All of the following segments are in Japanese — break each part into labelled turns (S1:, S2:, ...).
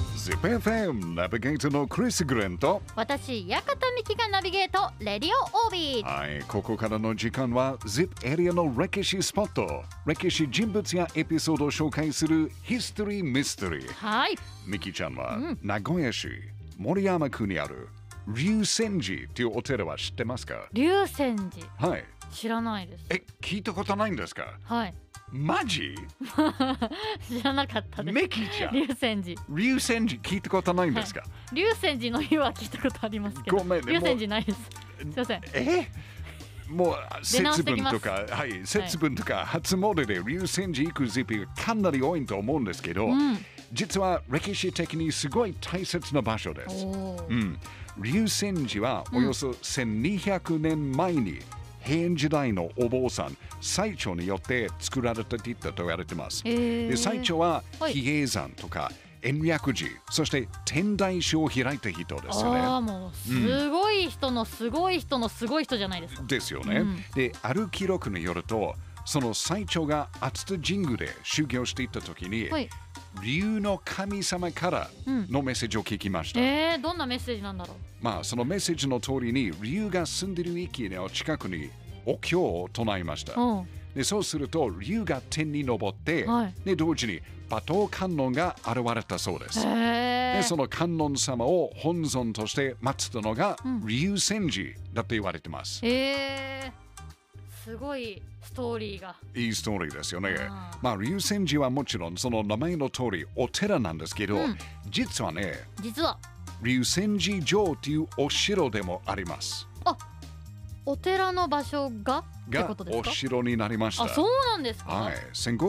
S1: ZIPFM ナビゲーターのクリス・グレンと
S2: 私館美希がナビゲートレディオオービー
S1: はいここからの時間は ZIP エリアの歴史スポット歴史人物やエピソードを紹介するヒストリー・ミステリー
S2: はい
S1: ミキちゃんは、
S2: うん
S1: 名古屋市森山区にある龍泉寺というお寺は知ってますか
S2: 龍泉寺
S1: はい
S2: 知らないです
S1: え聞いたことないんですか
S2: はい
S1: マジ
S2: 知らなかったです
S1: ミキちゃん
S2: 龍泉寺
S1: 龍泉寺聞いたことないんですか、
S2: 龍泉寺の日は聞いたことありますけど
S1: ごめんね
S2: 龍泉寺ないですすいません
S1: えもう
S2: 出直
S1: 節
S2: して
S1: 分
S2: きます
S1: とか、はい、節分とか、初詣で流泉寺行く時期がかなり多いと思うんですけど、
S2: うん
S1: 実は歴史的にすごい大切な場所です。
S2: おー
S1: うん、流泉寺はおよそ1200年前に平安時代のお坊さん最澄によって作られたといったと言われてます。
S2: えー
S1: で最澄は
S2: はい
S1: 比叡山とか延暦寺そして天台宗を開いた人ですよね。
S2: ああもうすごい人のすごい人のすごい人じゃないですか、
S1: ですよね。
S2: うん
S1: で、ある記録によると、その最長が熱田神宮で修行していた時に、
S2: はい
S1: 竜の神様から
S2: うん
S1: のメッセージを聞きました。
S2: えー、どんなメッセージなんだろう
S1: まあ、そのメッセージの通りに、竜が住んでいる域の近くにお経を唱えました。
S2: う
S1: でそうすると、竜が天に昇って、
S2: はい
S1: で同時に馬頭観音が現れたそうです。
S2: んえ
S1: で
S2: ー
S1: その観音様を本尊として祀ったのが
S2: うん
S1: 竜泉寺だって言われてます。
S2: えー、すごいストーリーが
S1: いいストーリーですよね
S2: あ。ー
S1: まあ、竜泉寺はもちろんその名前の通りお寺なんですけど、
S2: うん
S1: 実はね、
S2: 実は
S1: 竜泉寺城というお城でもあります。
S2: お寺の場所がって
S1: が
S2: ことで
S1: お
S2: す
S1: 城になりまし
S2: か
S1: た。
S2: あそうなんですか、
S1: はい、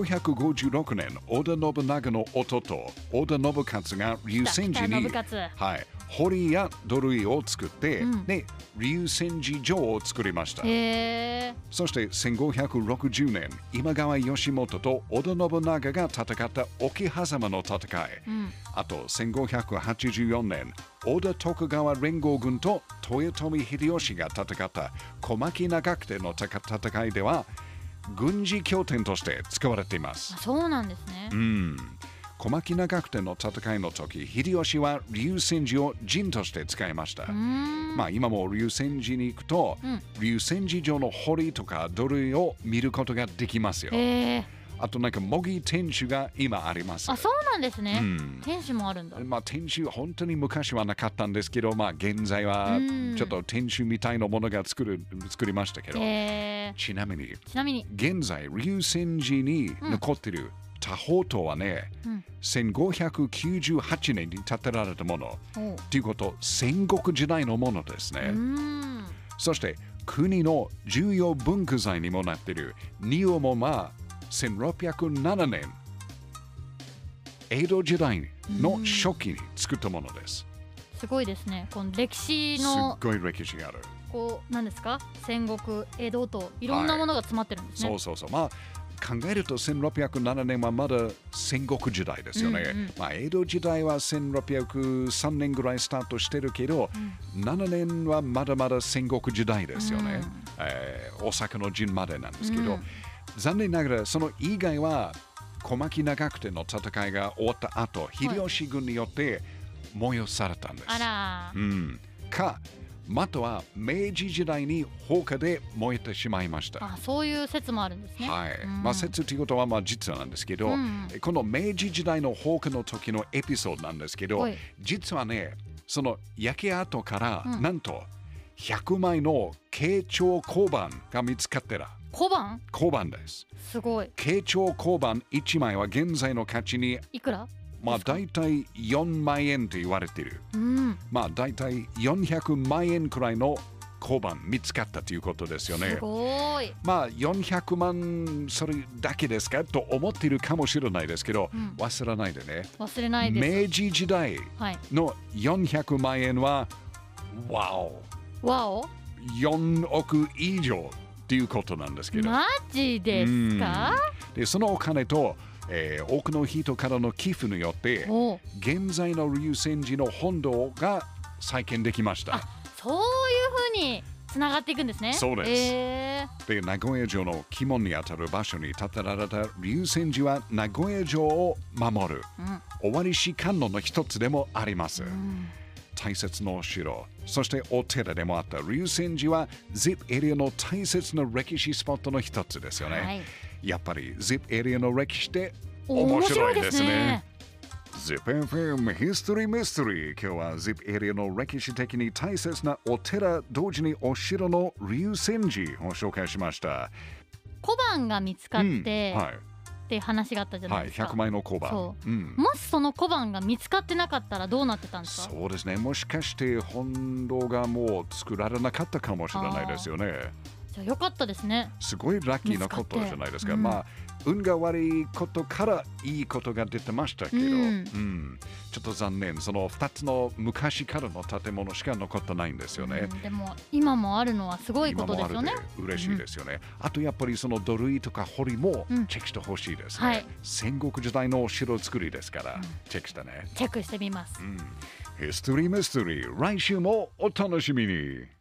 S1: 1556年、織田信長の弟、織田信勝が竜泉寺に
S2: 北、北信勝
S1: はい、堀や土塁を作って、
S2: うん
S1: で竜泉寺城を作りました。
S2: へえ
S1: そして1560年、今川義元と織田信長が戦った沖狭間の戦い、
S2: うん
S1: あと1584年、織田徳川連合軍と豊臣秀吉が戦った小牧長久手の戦いでは、軍事拠点として使われていま
S2: あ
S1: す。
S2: そうなんですね
S1: うん。小牧長久手の戦いの時、秀吉は竜泉寺を陣として使いました。
S2: うーん
S1: まあ、今も竜泉寺に行くと、
S2: うん
S1: 竜泉寺城の堀とか土塁を見ることができますよ。
S2: へえ
S1: あとなんか模擬天守が今あります。
S2: あそうなんですね、
S1: うん
S2: 天使もあるんだ
S1: まあ、天守本当に昔はなかったんですけど、まあ、現在は
S2: うん
S1: ちょっと天守みたいなものが作る作りましたけど、
S2: へえ
S1: ちなみに
S2: ちなみに
S1: 現在竜泉寺に残っている多宝塔はね、
S2: うん
S1: 1598年に建てられたもの
S2: おう
S1: ということ戦国時代のものですね。
S2: うーん
S1: そして国の重要文化財にもなっている仁王門は1607年江戸時代の初期に作ったものです。
S2: すごいですねこの歴史
S1: す
S2: の
S1: っごい歴史がある。
S2: こうなんですか戦国江戸といろんなものが詰まってるんですね、
S1: そうそうそう。まあ考えると1607年はまだ戦国時代ですよね。
S2: うんうん
S1: まあ、江戸時代は1603年ぐらいスタートしてるけど、7年はまだまだ戦国時代ですよね。
S2: うん
S1: えー大阪の陣までなんですけど、
S2: うん
S1: 残念ながらその以外は小牧長久手の戦いが終わった後、秀吉軍によって催されたんです。
S2: あ
S1: う
S2: ら
S1: ん、か、または明治時代に放火で燃えてしまいました。
S2: あそういう説もあるんですね
S1: はい、
S2: うん
S1: まあ説ということはまあ実はなんですけど、
S2: うん
S1: この明治時代の放火の時のエピソードなんですけど、
S2: はい
S1: 実はねその焼け跡から、
S2: うん
S1: なんと100枚の慶長交番が見つかってた
S2: 小判
S1: 交番です
S2: すごい
S1: 慶長交番1枚は現在の価値に
S2: いくら
S1: まあ大体4万円と言われている
S2: うん
S1: まあ大体400万円くらいの交番見つかったということですよね
S2: すごい
S1: まあ400万それだけですかと思っているかもしれないですけど、
S2: うん
S1: 忘れないでね
S2: 忘れないです
S1: 明治時代
S2: はい
S1: の400万円はわお
S2: わお
S1: 4億以上っていうことなんですけど、
S2: マジですか
S1: でそのお金と、えー多くの人からの寄付によって
S2: おう
S1: 現在の流泉寺の本堂が再建できました
S2: あそういうふうにつながっていくんですね
S1: そうです
S2: え
S1: で名古屋城の鬼門にあたる場所に建てられた龍泉寺は名古屋城を守る
S2: ーう
S1: 終
S2: ん
S1: わりし観音の一つでもあります、
S2: うん
S1: 大切なお城そしてお寺でもあった龍泉寺は ZIP エリアの大切な歴史スポットの一つですよね、
S2: はい
S1: やっぱり ZIP エリアの歴史って面
S2: 面
S1: 白
S2: 白
S1: い
S2: い
S1: で
S2: ですす
S1: ね
S2: ね。
S1: ZIPFM ヒストリーミステリー今日は ZIP エリアの歴史的に大切なお寺同時にお城の龍泉寺を紹介しました
S2: 小判が見つかって、
S1: うんは
S2: って話があったじ
S1: い
S2: ゃな
S1: はいい、
S2: ですか、
S1: 100枚の小判
S2: そ
S1: うん
S2: もしその小判が見つかってなかったらどうなってたんですか
S1: そうですねもしかして本堂がもう作られなかったかもしれないですよね
S2: じゃあよかったですね
S1: すごいラッキーなことじゃないですか。
S2: 見つ
S1: ま
S2: か
S1: あ、運が悪いことからいいことが出てましたけど、う
S2: うんん
S1: ちょっと残念、その2つの昔からの建物しか残ってないんですよね。
S2: うんでも今もあるのはすごいこ
S1: 今も
S2: とで
S1: あ
S2: す
S1: る
S2: よね
S1: で嬉しいですよね、あとやっぱりその土塁とか堀も
S2: うん
S1: チェックしてほしいですね、
S2: はい
S1: 戦国時代のお城作りですから、
S2: うん
S1: チェックしてね、
S2: チェックしてみます
S1: うん、ヒストリーミステリー来週もお楽しみに